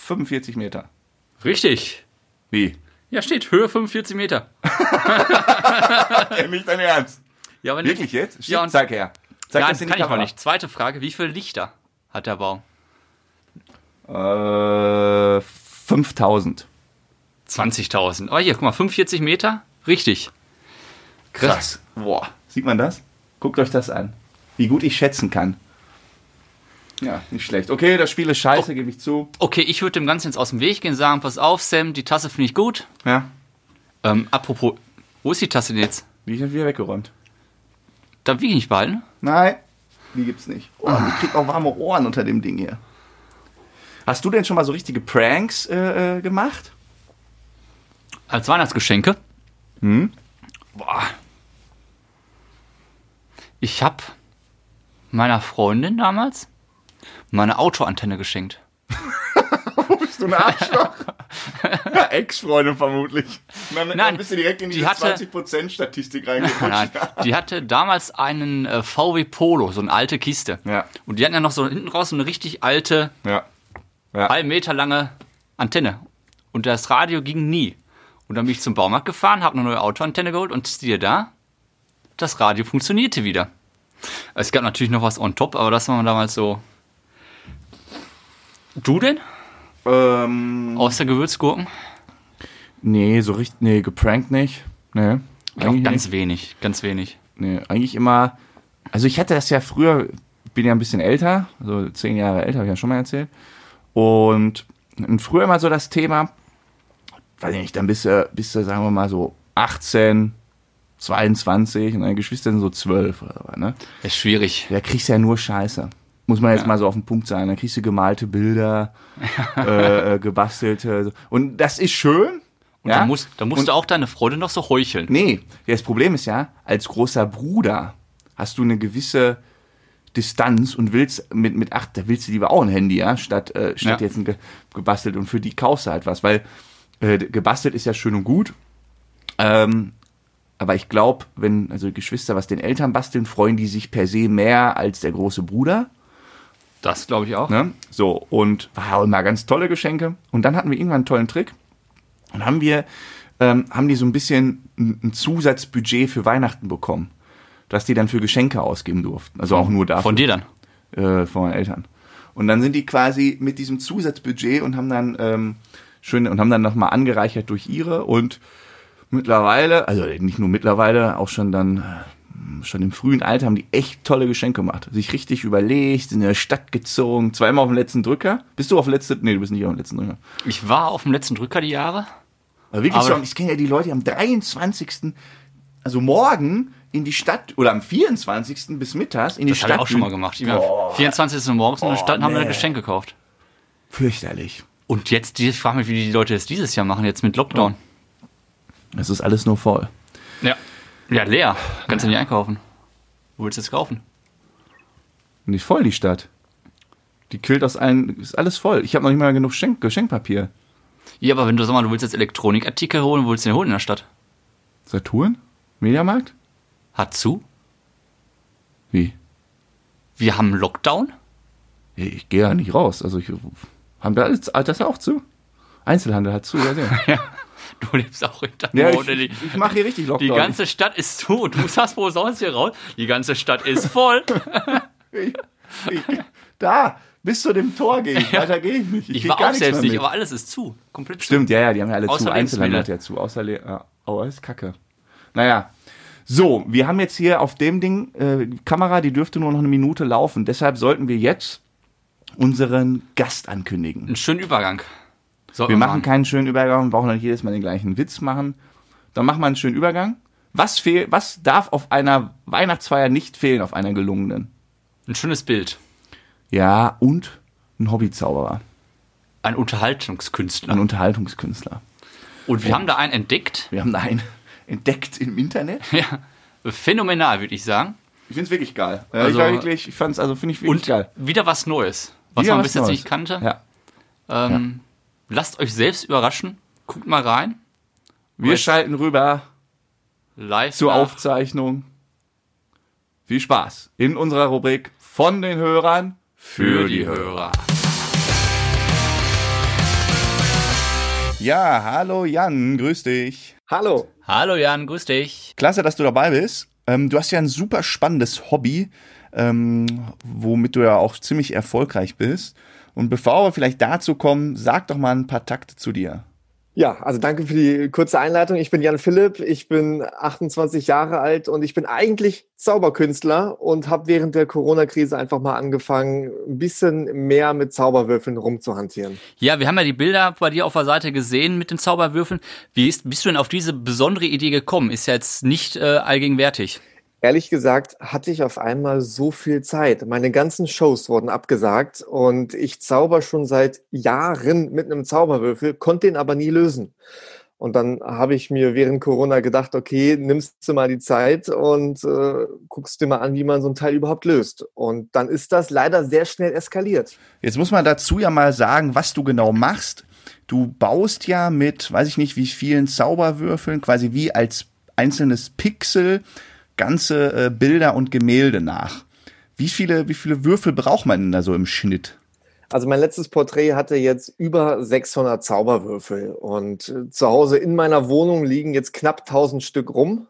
45 Meter.
Richtig.
Wie?
Ja, steht Höhe 45 Meter.
Ey, nicht dein Ernst.
Ja, aber
Wirklich jetzt? Stimmt,
Ja, und
zeig her. Zeig
Nein,
das in die
kann ich noch
Kamera.
nicht. Zweite Frage, wie viele Lichter hat der Baum?
Äh, 5000.
20.000. Aber Oh, hier, guck mal, 45 Meter? Richtig.
Krass. Boah. Sieht man das? Guckt euch das an. Wie gut ich schätzen kann. Ja, nicht schlecht. Okay, das Spiel ist scheiße, gebe ich zu.
Okay, ich würde dem Ganzen jetzt aus dem Weg gehen, sagen, pass auf, Sam, die Tasse finde ich gut.
Ja.
Ähm, apropos, wo ist die Tasse denn jetzt?
Die ist wieder weggeräumt.
Darf ich nicht behalten?
Nein, die gibt's nicht. Oh, ich krieg auch warme Ohren unter dem Ding hier. Hast du denn schon mal so richtige Pranks äh, äh, gemacht?
Als Weihnachtsgeschenke? Hm? Boah. Ich habe meiner Freundin damals meine Autoantenne geschenkt.
Bist du ein Arschloch? Ja, Ex-Freundin vermutlich. Man, Nein,
Nein,
dann bist du direkt in
die
diese
hatte-
20%-Statistik reingerutscht.
Nein, die hatte damals einen äh, VW Polo, so eine alte Kiste.
Ja.
Und die hatten ja noch so hinten raus so eine richtig alte,
Ja.
halb Meter lange Antenne. Und das Radio ging nie. Und dann bin ich zum Baumarkt gefahren, habe eine neue Autoantenne geholt und siehe da, das Radio funktionierte wieder. Es gab natürlich noch was on top, aber das war damals so. Du denn?
Ähm,
Außer Gewürzgurken?
nee, so richtig, nee, geprankt nicht. Nee.
Ich auch
Eigentlich
ganz wenig, ganz wenig.
Nee, eigentlich immer. Also ich hatte das ja früher, bin ja ein bisschen älter, also zehn Jahre älter, habe ich ja schon mal erzählt. Und früher immer so das Thema, weiß ich nicht, dann bist du, bist du, sagen wir mal, so 18, 22 und deine Geschwister sind so 12 oder so, ne?
Ist schwierig.
Da kriegst du ja nur Scheiße. Muss man jetzt mal so auf den Punkt sein. Da kriegst du gemalte Bilder, äh, äh, gebastelte. so. Und das ist schön.
Und da musst, da musst
Und-
du auch deine Freude noch so heucheln.
Nee, das Problem ist ja, als großer Bruder hast du eine gewisse Distanz und willst mit, mit acht, da willst du lieber auch ein Handy, ja, statt, äh, statt
Ja.
jetzt ein ge gebastelt und für die kaufst du halt was, weil äh, gebastelt ist ja schön und gut. Ähm, aber ich glaube, wenn also Geschwister was den Eltern basteln, freuen die sich per se mehr als der große Bruder.
Das glaube ich auch.
Ne? So, und war auch immer ganz tolle Geschenke. Und dann hatten wir irgendwann einen tollen Trick. Und haben wir, ähm, haben die so ein bisschen ein ein Zusatzbudget für Weihnachten bekommen, dass die dann für Geschenke ausgeben durften. Also auch nur dafür.
Von dir dann.
Äh, von meinen Eltern. Und dann sind die quasi mit diesem Zusatzbudget und haben dann ähm, schön und haben dann nochmal angereichert durch ihre und mittlerweile, also nicht nur mittlerweile, auch schon dann äh, schon im frühen Alter haben die echt tolle Geschenke gemacht. Sich richtig überlegt, in der Stadt gezogen, zweimal auf den letzten Drücker. Bist du auf letzte? Nee, du bist nicht auf den letzten Drücker.
Ich war auf dem letzten Drücker die Jahre.
Aber wirklich
Aber-
so, ich kenne ja die Leute, die am 23., also morgen in die Stadt oder am 24. bis mittags in die
Das
Stadt.
habe ich auch schon mal
düsen.
gemacht. Ich
Boah.
war 24. Uhr morgens in der Stadt und haben mir
nee.
ein Geschenk gekauft.
Fürchterlich.
Und jetzt, die- ich frage mich, wie die Leute das dieses Jahr machen, jetzt mit Lockdown.
Es ist alles nur voll.
Ja. Ja, leer. Kannst du nicht einkaufen. Wo willst du jetzt kaufen?
Nicht voll, die Stadt. Die killt aus allen, ist alles voll. Ich habe noch nicht mal genug Schenk Geschenkpapier.
Ja, aber wenn du sag mal, du willst jetzt Elektronikartikel holen, wo willst du den holen in der Stadt?
Saturn? Mediamarkt?
Hat zu?
Wie?
Wir haben Lockdown?
Ich gehe ja nicht raus. Also ich, haben da alles, hat das auch zu? Einzelhandel hat zu, ja, sehr.
Du lebst auch hinter
ja
Mond,
ich,
die,
ich, ich mache hier richtig
die
Lockdown.
ganze Stadt ist zu und du sagst, wo sonst hier raus? Die ganze Stadt ist voll.
ich, ich, da, bis zu dem Tor gehe ich. Weiter gehe ich nicht.
Ich
geh
war
gar
auch
nichts
selbst
mehr
nicht,
mit.
aber alles ist zu. Komplett zu.
Stimmt, ja, ja, die haben ja alle
Außer
zu. Einzelhandel hat
Lebensmittel.
ja zu. Außer Le ja. Oh, ist kacke. Naja. So, wir haben jetzt hier auf dem Ding, äh, die Kamera, die dürfte nur noch eine Minute laufen. Deshalb sollten wir jetzt unseren Gast ankündigen.
Einen schönen Übergang. Sollten
Wir machen keinen schönen Übergang, wir brauchen dann jedes Mal den gleichen Witz machen. Dann machen wir einen schönen Übergang. Was, fehl, was darf auf einer Weihnachtsfeier nicht fehlen, auf einer gelungenen?
Ein schönes Bild.
Ja, und ein Hobbyzauberer,
Ein Unterhaltungskünstler.
ein Unterhaltungskünstler.
Und wir haben da einen entdeckt.
Wir haben da einen entdeckt im Internet.
Ja, phänomenal, würde ich sagen.
Ich find's wirklich geil. Ja,
Also-
ich war wirklich, ich fand's, also finde ich wirklich
Und
geil.
wieder was Neues, was
Wieder
man bis jetzt
Neues.
nicht kannte.
Ja.
Ähm, Lasst euch selbst überraschen. Guckt mal rein.
Wir
Weiß-
schalten rüber
Live.
zur
nach-
Aufzeichnung. Viel Spaß in unserer Rubrik von den Hörern
für die Hörer.
Ja, hallo Jan, grüß dich. Hallo.
Hallo Jan, grüß dich.
Klasse, dass du dabei bist. Ähm, du hast ja ein super spannendes Hobby, ähm, womit du ja auch ziemlich erfolgreich bist. Und bevor wir vielleicht dazu kommen, sag doch mal ein paar Takte zu dir.
Ja, also danke für die kurze Einleitung. Ich bin Jan Philipp, ich bin 28 Jahre alt und ich bin eigentlich Zauberkünstler und habe während der Corona-Krise einfach mal angefangen, ein bisschen mehr mit Zauberwürfeln rumzuhantieren.
Ja, wir haben ja die Bilder bei dir auf der Seite gesehen mit den Zauberwürfeln. Wie ist, bist du denn auf diese besondere Idee gekommen? Ist ja jetzt nicht äh, allgegenwärtig.
Ehrlich gesagt hatte ich auf einmal so viel Zeit. Meine ganzen Shows wurden abgesagt und ich zauber schon seit Jahren mit einem Zauberwürfel, konnte den aber nie lösen. Und dann habe ich mir während Corona gedacht, okay, nimmst du mal die Zeit und äh, guckst dir mal an, wie man so ein Teil überhaupt löst. Und dann ist das leider sehr schnell eskaliert.
Jetzt muss man dazu ja mal sagen, was du genau machst. Du baust ja mit, weiß ich nicht, wie vielen Zauberwürfeln quasi wie als einzelnes Pixel ganze äh, Bilder und Gemälde nach. Wie viele, wie viele Würfel braucht man denn da so im Schnitt?
Also mein letztes Porträt hatte jetzt über 600 Zauberwürfel und äh, zu Hause in meiner Wohnung liegen jetzt knapp 1000 Stück rum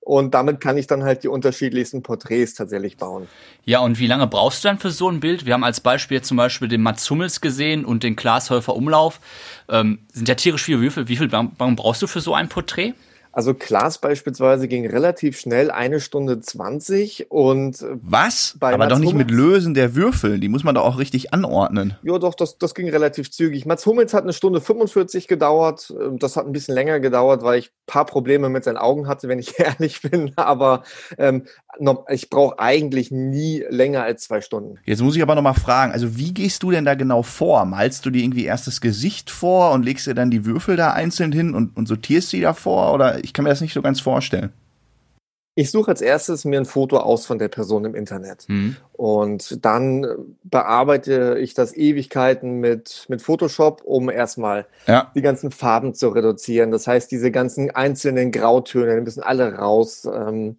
und damit kann ich dann halt die unterschiedlichsten Porträts tatsächlich bauen.
Ja, und wie lange brauchst du dann für so ein Bild? Wir haben als Beispiel jetzt zum Beispiel den Mats Hummels gesehen und den Klaas Häufer Umlauf. Ähm, sind ja tierisch viele Würfel. Wie viel Bang Bang brauchst du für so ein Porträt?
Also Klaas beispielsweise ging relativ schnell, eine Stunde 20 und äh,
Was?
Bei
Aber
Mats
doch nicht mit
Hummels?
Lösen der Würfel. Die muss man doch auch richtig anordnen.
Ja, doch, das, das ging relativ zügig. Mats Hummels hat eine Stunde 45 gedauert. Ähm, Das hat ein bisschen länger gedauert, weil ich ein paar Probleme mit seinen Augen hatte, wenn ich ehrlich bin. Aber ähm, no- ich brauche eigentlich nie länger als zwei Stunden.
Jetzt muss ich aber nochmal fragen, also wie gehst du denn da genau vor? Malst du dir irgendwie erst das Gesicht vor und legst dir dann die Würfel da einzeln hin und, und sortierst die davor? Oder ich kann mir das nicht so ganz vorstellen.
Ich suche als erstes mir ein Foto aus von der Person im Internet.
Hm.
Und dann äh, bearbeite ich das Ewigkeiten mit, mit Photoshop, um erstmal
Ja.
die ganzen Farben zu reduzieren. Das heißt, diese ganzen einzelnen Grautöne die müssen alle raus. Ähm,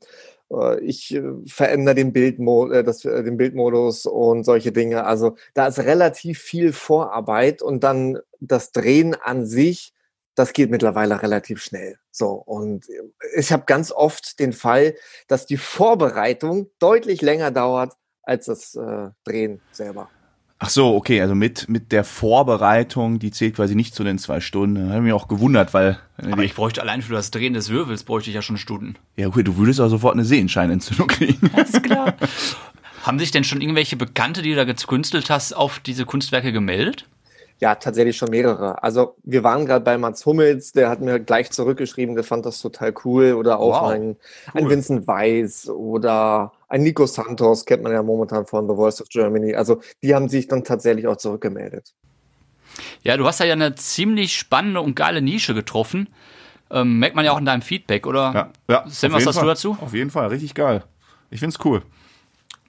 äh, ich äh, verändere den, Bildmo äh, das, äh, den Bildmodus und solche Dinge. Also da ist relativ viel Vorarbeit und dann das Drehen an sich, das geht mittlerweile relativ schnell. So, und ich habe ganz oft den Fall, dass die Vorbereitung deutlich länger dauert als das äh, Drehen selber.
Ach so, okay, also mit, mit der Vorbereitung, die zählt quasi nicht zu den zwei Stunden. Da habe ich mich auch gewundert, weil.
Aber ich bräuchte allein für das Drehen des Würfels bräuchte ich ja schon Stunden.
ja, okay, du würdest auch sofort eine Sehenscheinentzündung kriegen.
Ist klar. haben sich denn schon irgendwelche Bekannte, die du da gekünstelt hast, auf diese Kunstwerke gemeldet?
Ja, tatsächlich schon mehrere. Also wir waren gerade bei Mats Hummels, der hat mir gleich zurückgeschrieben, der fand das total cool. Oder auch
Wow,
ein, ein Vincent Weiss oder ein Nico Santos, kennt man ja momentan von The Voice of Germany. Also die haben sich dann tatsächlich auch zurückgemeldet.
Ja, du hast da ja eine ziemlich spannende und geile Nische getroffen. Ähm, merkt man ja auch in deinem Feedback, oder? Sam,
auf
was
jeden
hast
Fall.
du dazu?
Auf jeden Fall, richtig geil. Ich find's cool.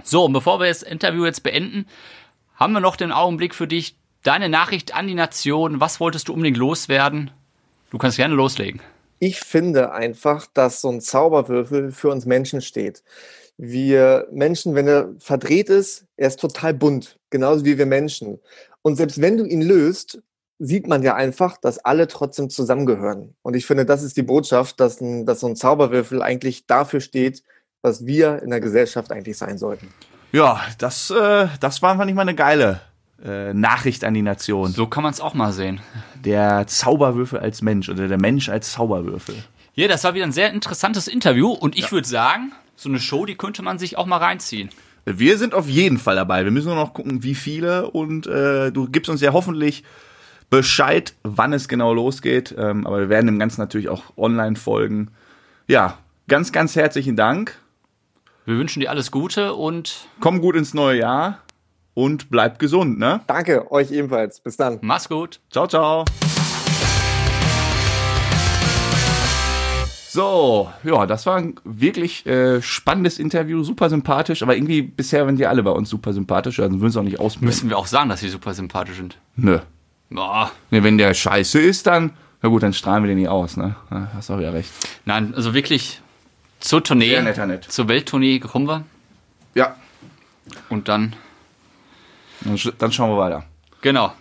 So, und bevor wir das Interview jetzt beenden, haben wir noch den Augenblick für dich. Deine Nachricht an die Nation. Was wolltest du unbedingt loswerden? Du kannst gerne loslegen.
Ich finde einfach, dass so ein Zauberwürfel für uns Menschen steht. Wir Menschen, wenn er verdreht ist, er ist total bunt, genauso wie wir Menschen. Und selbst wenn du ihn löst, sieht man ja einfach, dass alle trotzdem zusammengehören. Und ich finde, das ist die Botschaft, dass, ein, dass so ein Zauberwürfel eigentlich dafür steht, was wir in der Gesellschaft eigentlich sein sollten.
Ja, das, äh, das war einfach nicht mal eine geile äh, Nachricht an die Nation.
So kann man es auch mal sehen.
Der Zauberwürfel als Mensch oder der Mensch als Zauberwürfel.
Ja, das war wieder ein sehr interessantes Interview und ich würde sagen, so eine Show, die könnte man sich auch mal reinziehen.
Wir sind auf jeden Fall dabei. Wir müssen nur noch gucken, wie viele. Und äh, du gibst uns ja hoffentlich Bescheid, wann es genau losgeht. Ähm, aber wir werden dem Ganzen natürlich auch online folgen. Ja, ganz, ganz herzlichen Dank.
Wir wünschen dir alles Gute und
Komm gut ins neue Jahr und bleib gesund, ne?
Danke euch ebenfalls. Bis dann.
mach's gut.
Ciao, ciao. So, ja, das war ein wirklich äh, spannendes Interview, super sympathisch, aber irgendwie bisher waren die alle bei uns super sympathisch, also würden es auch nicht ausmüssen.
Müssen wir auch sagen, dass sie super sympathisch sind.
Nö.
Boah.
Ne, wenn der scheiße ist, dann, na gut, dann strahlen wir den nie aus, ne? Ja, Hast auch wieder recht.
Nein, also wirklich zur Tournee,
Sehr netter Nett.
zur Welttournee kommen wir
Ja.
und dann,
Dann, sch- dann schauen wir weiter.
genau.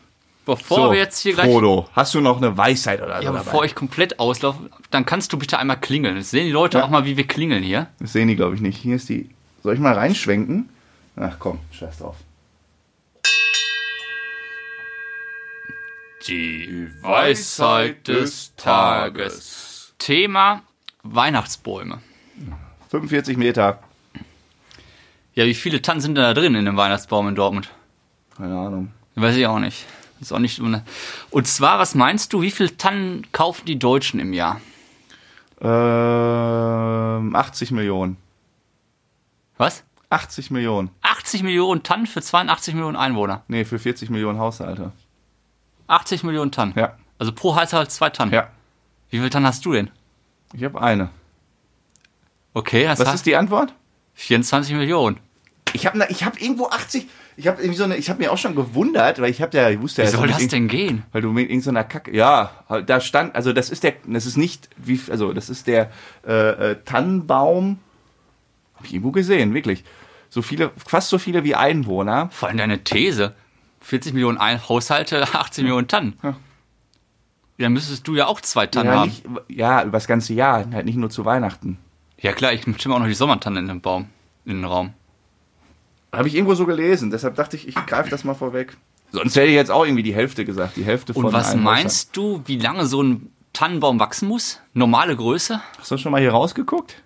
Bevor wir jetzt hier gleich
Frodo, hast du noch eine Weisheit oder so
Ja, bevor
dabei?
ich komplett auslaufe, dann kannst du bitte einmal klingeln. Jetzt sehen die Leute
Ja.
auch mal, wie wir klingeln hier.
Das sehen die, glaube ich, nicht. Hier ist die. Soll ich mal reinschwenken? Ach komm, scheiß drauf.
Die Weisheit des Tages. Thema Weihnachtsbäume.
45 Meter.
Ja, wie viele Tannen sind denn da drin in dem Weihnachtsbaum in Dortmund?
Keine Ahnung.
Weiß ich auch nicht. Ist auch nicht so eine- Und zwar, was meinst du, wie viele Tannen kaufen die Deutschen im Jahr?
Ähm, 80 Millionen.
Was?
80 Millionen.
80 Millionen Tannen für 82 Millionen Einwohner.
Nee, für 40 Millionen Haushalte.
80 Millionen Tannen.
Ja.
Also pro Haushalt zwei Tannen.
Ja.
Wie viele Tannen hast du denn?
Ich habe eine.
Okay, das
Was
heißt
ist die Antwort?
24 Millionen.
Ich habe ich hab irgendwo 80. Ich habe irgendwie so eine, ich habe mir auch schon gewundert, weil ich habe ja, ich wusste
Wie
ja,
soll
dass
das
mit irgend-
denn gehen?
weil du mit irgendeiner Kacke, ja, da stand, also das ist der, das ist nicht, wie, also das ist der äh, äh, Tannenbaum, habe ich irgendwo gesehen, wirklich. So viele, fast so viele wie Einwohner.
Vor allem deine These. 40 Millionen Ein Haushalte, 18 Millionen Tonnen.
Ja.
Dann müsstest du ja auch zwei Tonnen
ja,
haben.
nicht, ja, übers ganze Jahr, halt nicht nur zu Weihnachten.
Ja klar, ich stimme auch noch die Sommertanne in den Baum, in den Raum.
Habe ich irgendwo so gelesen, deshalb dachte ich, ich greife das mal vorweg. Sonst hätte ich jetzt auch irgendwie die Hälfte gesagt, die Hälfte von
Und was
allen
meinst du, wie lange so ein Tannenbaum wachsen muss? Normale Größe?
Haushalten. Hast du schon mal hier rausgeguckt?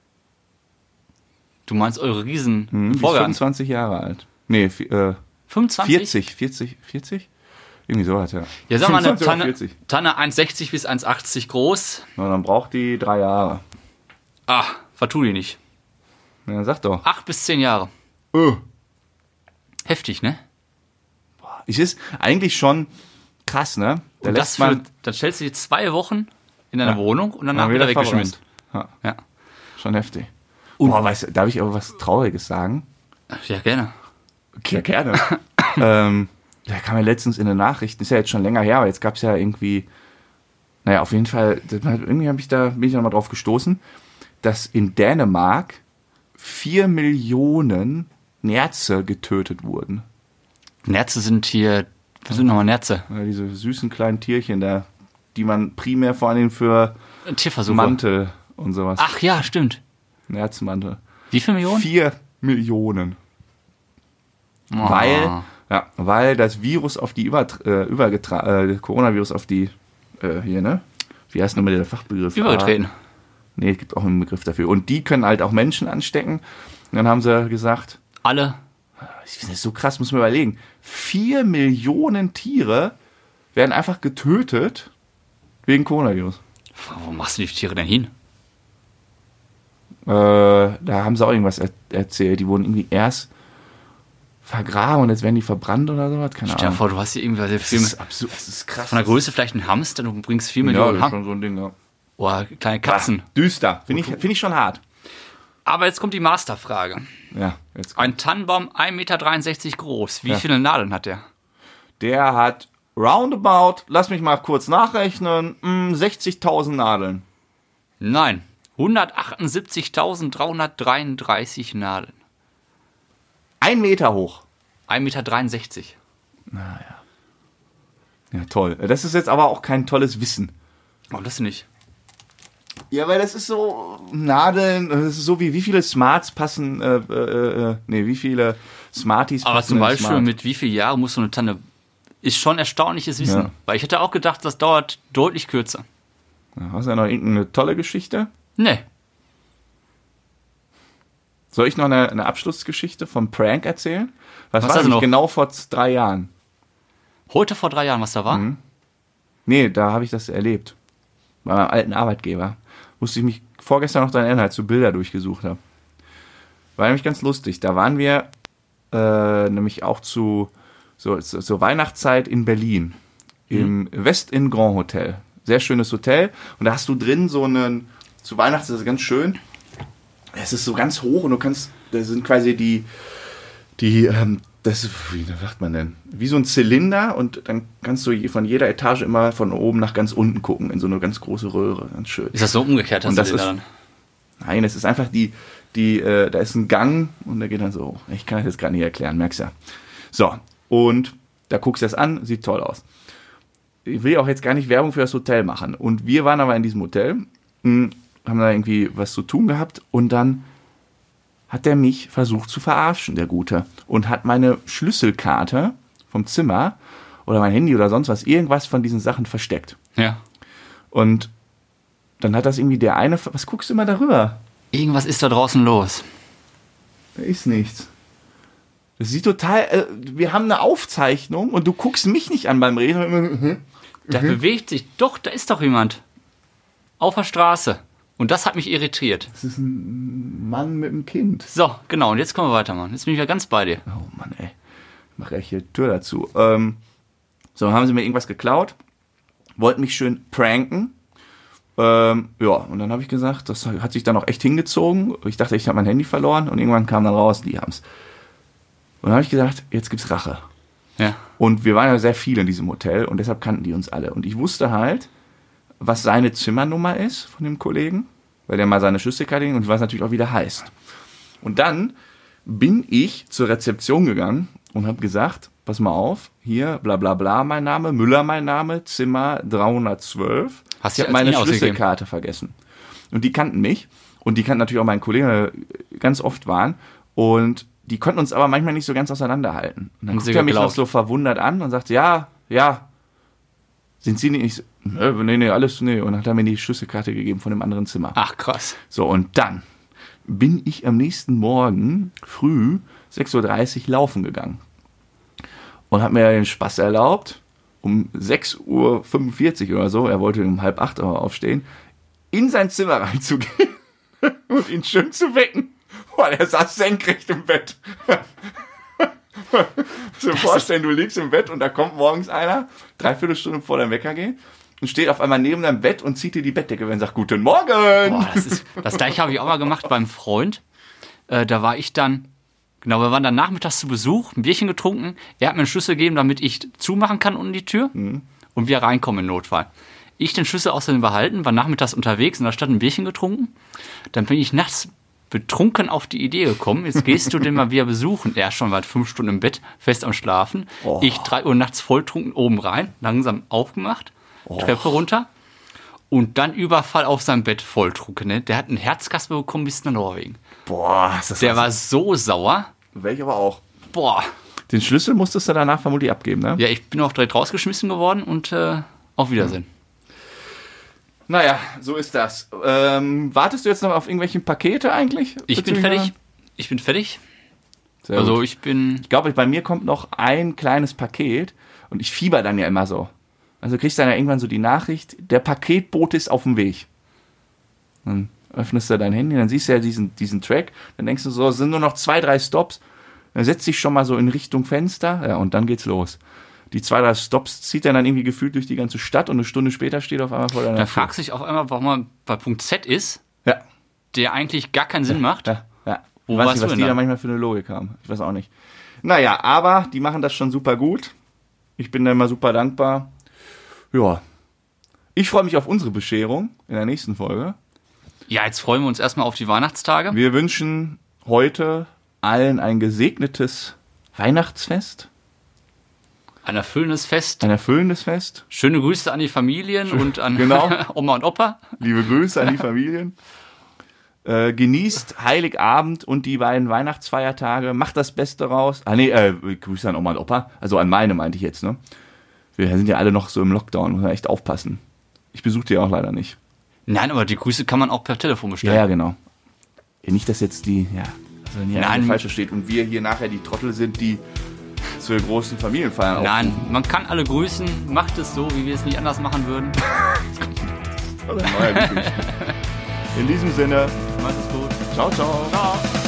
Du meinst eure riesen
Hm, die ist
Vorgang.
25 Jahre alt. Nee, vi- äh,
25?
40, 40, 40? Irgendwie so hat er.
Ja, sag mal, eine
25 oder
Tanne,
40.
Tanne 1,60 bis 1,80 groß.
Na, dann braucht die drei Jahre.
Ah, vertu die nicht.
Na, dann sag doch.
Acht bis zehn Jahre.
Öh.
Heftig, ne?
Es ist eigentlich schon krass, ne? Da
Und
lässt
das für,
man
dann stellst du die zwei Wochen in deiner
Ja.
Wohnung und
man
danach
wird
wieder
verbrannt.
weggeschmissen.
Ja,
Ja.
schon heftig. Boah, weißt, du, darf ich aber was Trauriges sagen?
ja, gerne.
Ja, gerne. ähm, da kam ja letztens in den Nachrichten, ist ja jetzt schon länger her, aber jetzt gab es ja irgendwie, naja, auf jeden Fall, das- irgendwie hab ich da, bin ich da mal drauf gestoßen, dass in Dänemark vier Millionen Nerze getötet wurden.
Nerze sind hier. Was sind nochmal Nerze?
Ja, diese süßen kleinen Tierchen da, die man primär vor allem für
Tierversuche.
Mantel und sowas,
Ach ja, stimmt.
Nerzmantel.
Wie viele Millionen?
Vier Millionen.
Oh.
weil, ja, weil das Virus auf die Übertr- äh, übergetra äh, Coronavirus auf die äh, hier, ne? Wie heißt nochmal der Fachbegriff?
Übergetreten.
Ah, nee, es gibt auch einen Begriff dafür. Und die können halt auch Menschen anstecken. Und dann haben sie gesagt,
Alle.
ich finde das so krass, muss man überlegen. Vier Millionen Tiere werden einfach getötet wegen Coronavirus.
Wo machst du die Tiere denn hin?
Äh, da haben sie auch irgendwas er erzählt. Die wurden irgendwie erst vergraben und jetzt werden die verbrannt oder sowas. Keine
Stell dir
Ahnung.
vor, du hast hier irgendwie sehr
Das
viel.
ist absurd. Das ist krass.
Von der Größe vielleicht ein Hamster, du bringst 4
ja,
Millionen
das ist
Hamster.
schon so ein Ding, ja.
Oder kleine Katzen.
Ah, düster. Finde ich, find ich schon hart.
Aber jetzt kommt die Masterfrage.
Ja, jetzt.
Ein Tannenbaum 1,63 Meter groß. Wie
Ja.
viele Nadeln hat der?
Der hat roundabout, lass mich mal kurz nachrechnen, mm, 60.000 Nadeln.
Nein. 178.333 Nadeln.
Ein Meter hoch.
1,63 Meter.
Ja, toll. Das ist jetzt aber auch kein tolles Wissen.
Warum Oh, das nicht?
Ja, weil das ist so Nadeln, das ist so wie wie viele Smarts passen, äh, äh, äh, nee, wie viele Smarties
Aber
passen
zum
in
Beispiel,
Smart.
mit wie vielen Jahren muss so eine Tanne. Ist schon erstaunliches Wissen.
Ja.
Weil ich hätte auch gedacht, das dauert deutlich kürzer.
Ja, Hast du ja noch irgendeine tolle Geschichte?
Nee.
Soll ich noch eine, eine Abschlussgeschichte vom Prank erzählen? Was, war
Was hast du
das
noch?
genau vor z- drei Jahren?
Heute vor drei Jahren, was da war?
Nee, da habe ich das erlebt. Bei meinem alten Arbeitgeber. Musste ich mich vorgestern noch daran erinnern, als ich so Bilder durchgesucht habe. War nämlich ganz lustig. Da waren wir äh, nämlich auch zu so, so, zur Weihnachtszeit in Berlin. Im West-In Grand Hotel. Sehr schönes Hotel. Und da hast du drin so einen. Zu Weihnachten ist das ganz schön. Es ist so ganz hoch und du kannst. Da sind quasi die. Die, ähm, das ist, wie sagt man denn? Wie so ein Zylinder und dann kannst du je- von jeder Etage immer von oben nach ganz unten gucken in so eine ganz große Röhre. Ganz schön.
Ist das so umgekehrt?
Und
hast du
das
den
ist-
dann?
Nein, es ist einfach die, die, äh, da ist ein Gang und da geht dann so. hoch. Ich kann das jetzt gerade nicht erklären, merkst ja. So, und da guckst du das an, sieht toll aus. Ich will auch jetzt gar nicht Werbung für das Hotel machen. Und wir waren aber in diesem Hotel, mh, haben da irgendwie was zu tun gehabt und dann hat er mich versucht zu verarschen, der Gute. Und hat meine Schlüsselkarte vom Zimmer oder mein Handy oder sonst was, irgendwas von diesen Sachen versteckt.
Ja.
Und dann hat das irgendwie der eine, ver- was guckst du immer darüber?
Irgendwas ist da draußen los.
Da ist nichts. Das sieht total. Äh, wir haben eine Aufzeichnung und du guckst mich nicht an beim Reden. und immer, mhm.
Da bewegt sich doch, da ist doch jemand. Auf der Straße. Und das hat mich irritiert.
Das ist ein Mann mit einem Kind.
So, genau, und jetzt kommen wir weiter, Mann. Jetzt bin ich ja ganz bei dir.
Oh Mann, ey. Ich mach gleich hier Tür dazu. Ähm, so, dann haben sie mir irgendwas geklaut. Wollten mich schön pranken. Ähm, ja, und dann habe ich gesagt, das hat sich dann auch echt hingezogen. Ich dachte, ich habe mein Handy verloren und irgendwann kam dann raus, die haben's. Und dann habe ich gedacht, jetzt gibt's Rache.
Ja.
Und wir waren ja sehr viele in diesem Hotel und deshalb kannten die uns alle. Und ich wusste halt, was seine Zimmernummer ist von dem Kollegen, weil der mal seine Schüsse hatte und ich weiß natürlich auch, wie der heißt. Und dann bin ich zur Rezeption gegangen und habe gesagt, pass mal auf, hier, bla bla bla, mein Name, Müller mein Name, Zimmer 312.
Hast
ich
du
habe
als
meine
ihn ausgegeben?
Schlüsselkarte vergessen. Und die kannten mich und die kannten natürlich auch meinen Kollegen, der ganz oft waren. Und die konnten uns aber manchmal nicht so ganz auseinanderhalten. Und dann
Haben
guckt
sie
er mich noch
geglaubt?
so verwundert an und sagt, ja, ja, sind Sie nicht? Ich so, "Nö, nee, nee, alles, nee. Und dann hat er mir die Schlüsselkarte gegeben von dem anderen Zimmer.
Ach krass.
So, und dann bin ich am nächsten Morgen früh 6.30 Uhr laufen gegangen und habe mir den Spaß erlaubt, um 6.45 Uhr oder so, er wollte um halb acht Uhr aufstehen, in sein Zimmer reinzugehen und ihn schön zu wecken. Boah, der saß senkrecht im Bett. Musst du dir vorstellen, du liegst im Bett und da kommt morgens einer, dreiviertel Stunde vor deinem Wecker geht und steht auf einmal neben deinem Bett und zieht dir die Bettdecke weg und sagt, guten Morgen.
Boah, das, ist, das gleiche habe ich auch mal gemacht beim Freund. Äh, da war ich dann, genau, wir waren dann nachmittags zu Besuch, ein Bierchen getrunken. Er hat mir einen Schlüssel gegeben, damit ich zumachen kann unten die Tür und wir reinkommen im Notfall. Ich den Schlüssel außerdem behalten, war nachmittags unterwegs in der Stadt ein Bierchen getrunken. Dann bin ich nachts betrunken auf die Idee gekommen, jetzt gehst du den mal wieder besuchen. Er schon weit fünf Stunden im Bett, fest am Schlafen. Ich drei Uhr nachts volltrunken oben rein, langsam aufgemacht, Treppe runter. Und dann Überfall auf sein Bett volltrunken. Ne? Der hat einen Herzkasper bekommen bis nach Norwegen.
Boah, ist das
Der war so sauer.
Welch aber auch.
Boah.
Den Schlüssel musstest du danach vermutlich abgeben, ne?
Ja, ich bin auch direkt rausgeschmissen geworden und äh, auf Wiedersehen.
Naja, so ist das. Ähm, wartest du jetzt noch auf irgendwelche Pakete eigentlich?
Ich bin
Beziehungsweise-
fertig. Ich bin fertig.
Sehr
also
gut.
ich bin.
ich glaube, bei mir kommt noch ein kleines Paket und ich fieber dann ja immer so. Also kriegst dann ja irgendwann so die Nachricht, der Paketbote ist auf dem Weg. Dann öffnest du dein Handy, dann siehst du ja diesen, diesen Track, dann denkst du so, es sind nur noch zwei, drei Stops. Dann setzt dich schon mal so in Richtung Fenster, ja, und dann geht's los. Die zwei, drei Stops zieht er dann irgendwie gefühlt durch die ganze Stadt und eine Stunde später steht er auf einmal vor deiner
Da
Tür.
fragst du dich auf einmal, warum man bei Punkt Z ist,
Ja,
der eigentlich gar keinen Sinn macht.
Ja, ja.
Wo
Wo weiß
warst
nicht,
du
was
denn
die da
dann?
manchmal für eine Logik haben. Ich weiß auch nicht. Naja, aber die machen das schon super gut. Ich bin da immer super dankbar. Ja. Ich freue mich auf unsere Bescherung in der nächsten Folge.
Ja, jetzt freuen wir uns erstmal auf die Weihnachtstage.
Wir wünschen heute allen ein gesegnetes Weihnachtsfest,
Ein erfüllendes Fest.
ein erfüllendes Fest.
Schöne Grüße an die Familien und an
Genau.
Oma und Opa.
Liebe Grüße an die Familien. Äh, genießt Heiligabend und die beiden Weihnachtsfeiertage. Macht das Beste raus. Ah, nee, äh, Grüße an Oma und Opa. Also an meine meinte ich jetzt, ne? Wir sind ja alle noch so im Lockdown. Muss man echt aufpassen. Ich besuche die auch leider nicht.
Nein, aber die Grüße kann man auch per Telefon
Ja,
bestellen.
ja, genau. Ja, nicht, dass jetzt die, ja, also wenn hier
Nein.
Nein. falsch versteht und wir hier nachher die Trottel sind, die zur großen Familienfeier
Nein, man kann alle grüßen. Macht es so, wie wir es nicht anders machen würden.
Also aufrufen. Oder neue Geschichten. In diesem Sinne,
Macht es gut.
ciao, ciao. Ciao.